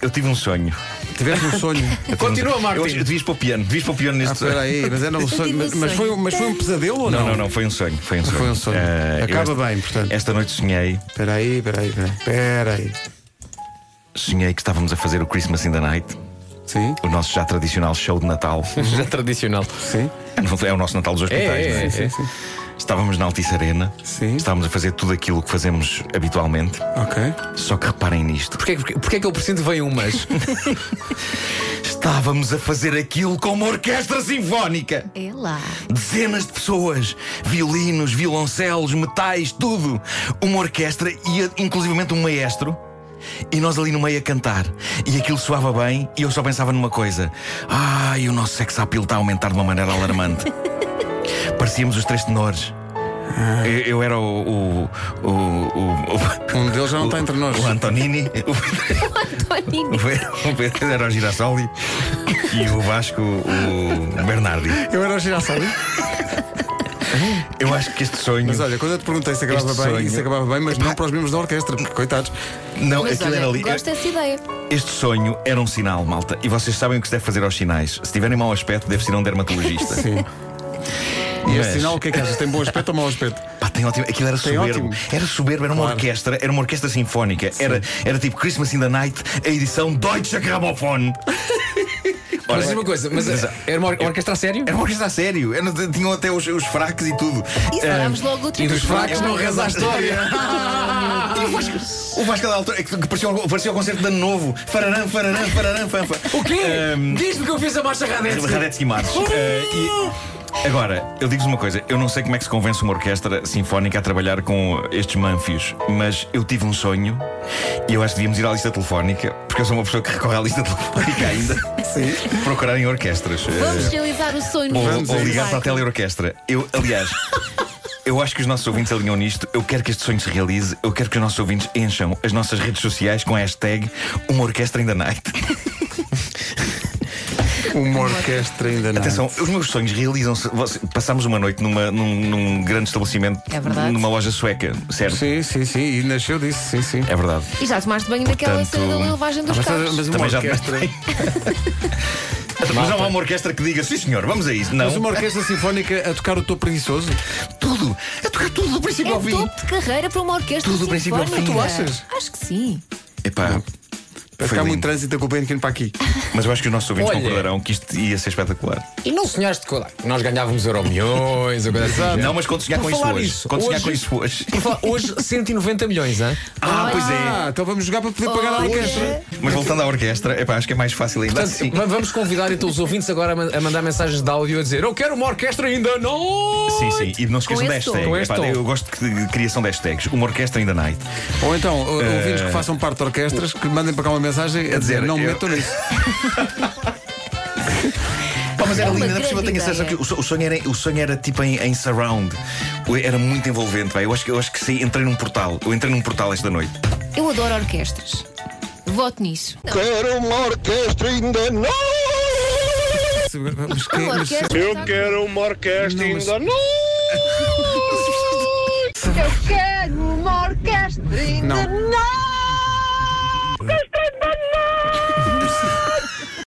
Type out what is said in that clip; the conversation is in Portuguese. Eu tive um sonho. Tiveste um sonho. Eu tive um Continua, sonho. Martim. Eu, eu devias para o piano, devias para o piano Ah, neste espera aí, mas era um sonho. tive um Mas, mas sonho. foi, um- mas foi um pesadelo ou não? Não, não, não, foi um sonho. Foi um sonho. Foi um sonho. Eh, eu Acaba esta- bem, portanto. Esta noite sonhei, Espera aí, espera aí, espera aí, espera aí. sonhei que estávamos a fazer o Christmas in the Night, Sim, o nosso já tradicional show de Natal. Já é tradicional. sim. É o nosso Natal dos hospitais, não é? é, é. Estávamos na Altice Arena, Sim. estávamos a fazer tudo aquilo que fazemos habitualmente, Ok. só que reparem nisto. Porquê, porquê, porquê é que eu preciso veio um mas? Estávamos a fazer aquilo com uma orquestra sinfónica. É lá. Dezenas de pessoas, violinos, violoncelos, metais, tudo. Uma orquestra e a- inclusivamente um maestro. E nós ali no meio a cantar. E aquilo soava bem e eu só pensava numa coisa. Ai, o nosso sex appeal está a aumentar de uma maneira alarmante. Parecíamos os três tenores. Ah. Eu, eu era o. o, o, o- o- Um deles já não o- está entre nós. O Antonini. António. O Pedro- o Pedro era o Girassoli e o Vasco, o Bernardi. Eu era o girassol. Eu acho que este sonho. Mas olha, quando eu te perguntei se acabava Este bem, sonho- isso acabava bem, mas não para os membros da orquestra, porque coitados. não, Mas aquilo é olha, era ali. gosto dessa ideia. Este sonho era um sinal, malta. E vocês sabem o que se deve fazer aos sinais. Se tiverem mau aspecto, deve ser um dermatologista. Sim. E Mas- este sinal, o que é que achas? Tem bom aspecto ou mau aspecto? Pá, tem ótimo. Aquilo era Tem soberbo. ótimo. Era soberbo, era uma Claro. orquestra, era uma orquestra sinfónica. Era, era tipo Christmas in the Night, a edição Deutsche Grammophon. Mas diz uma coisa, mas Exato. era uma or- orquestra a sério? Era uma orquestra a sério. Era- tinham até os, os fracos e tudo. Ah, E falámos logo o tipo E trigo dos fracos não reza a história. E o Vasco, o Vasco da altura, é que que parecia, o- parecia o concerto de ano novo. Fararã, fararã, fararã, fanfa. O quê? Diz-me que eu fiz a marcha É Radetz. Radetsky Matos. Uh, e agora, eu digo-vos uma coisa: eu não sei como é que se convence uma orquestra sinfónica a trabalhar com estes manfios, mas eu tive um sonho e eu acho que devíamos ir à lista telefónica, porque eu sou uma pessoa que recorre à lista telefónica ainda. Sim. Procurar em orquestras. Eh, Vamos realizar o sonho ou, juntos, ou ligar para a Marco. teleorquestra. Eu, aliás, eu acho que os nossos ouvintes alinham nisto. Eu quero que este sonho se realize. Eu quero que os nossos ouvintes encham as nossas redes sociais com a hashtag Uma Orquestra in the Night. Uma orquestra Tá. ainda não. Atenção, os meus sonhos realizam-se. Você- Passámos uma noite numa, num, num grande estabelecimento, É verdade. numa loja sueca, certo? Sim, sim, sim. E nasceu disso, sim, sim. É verdade. E já tomaste banho daquela Portanto- Ah, cena da lavagem dos mas, carros. mas uma Também já- orquestra. Mas não há uma orquestra que diga, sim senhor, vamos a isso. Não, É Mas uma orquestra sinfónica a tocar o topo preguiçoso? tudo, a tocar tudo do princípio É ao fim. topo de carreira para uma orquestra Tudo do princípio ao sinfónica. fim. Tu achas? Acho que sim. Epá, Para Foi ficar muito lindo. trânsito a é Copenhagen para aqui. mas eu acho que os nossos ouvintes Olha. concordarão que isto ia ser espetacular. E não sonhaste com. Nós ganhávamos euro milhões, ou coisa assim. Não, mas quando sonhar Por com isso falar hoje. nisso, quando sonhar hoje- com isso hoje. Por falar, Hoje 190 milhões, hã? Ah, pois é. Ah, então vamos jogar para poder pagar a Olha. orquestra. Mas voltando à orquestra, epá, acho que é mais fácil ainda Portanto, assim. va- vamos convidar então os ouvintes agora a man- a mandar mensagens de áudio a dizer Eu quero uma orquestra ainda não! Sim, sim, e não se esqueçam Com da esse hashtag. tom. Com esse Epá, tom. eu gosto de criação de hashtags. Uma orquestra in the night. Ou então, uh, ouvintes que façam parte de orquestras, que mandem para cá uma mensagem a dizer Eh, dizer, não me eu- metam nisso. Pá, mas era É lindo, ainda uma por cima eu grande tenho a sensação que ideia. o so- o sonho era, o sonho era tipo em, em surround. Era muito envolvente, pá. Eu acho que, eu acho que sim, entrei num portal. Eu entrei num portal esta noite. Eu adoro orquestras. Voto nisso. Quero uma orquestra ainda não. Mas Uma quem- mas- orquestra Eu quero uma orquestra Não, mas- ainda não. Eu quero uma orquestra ainda Não. não.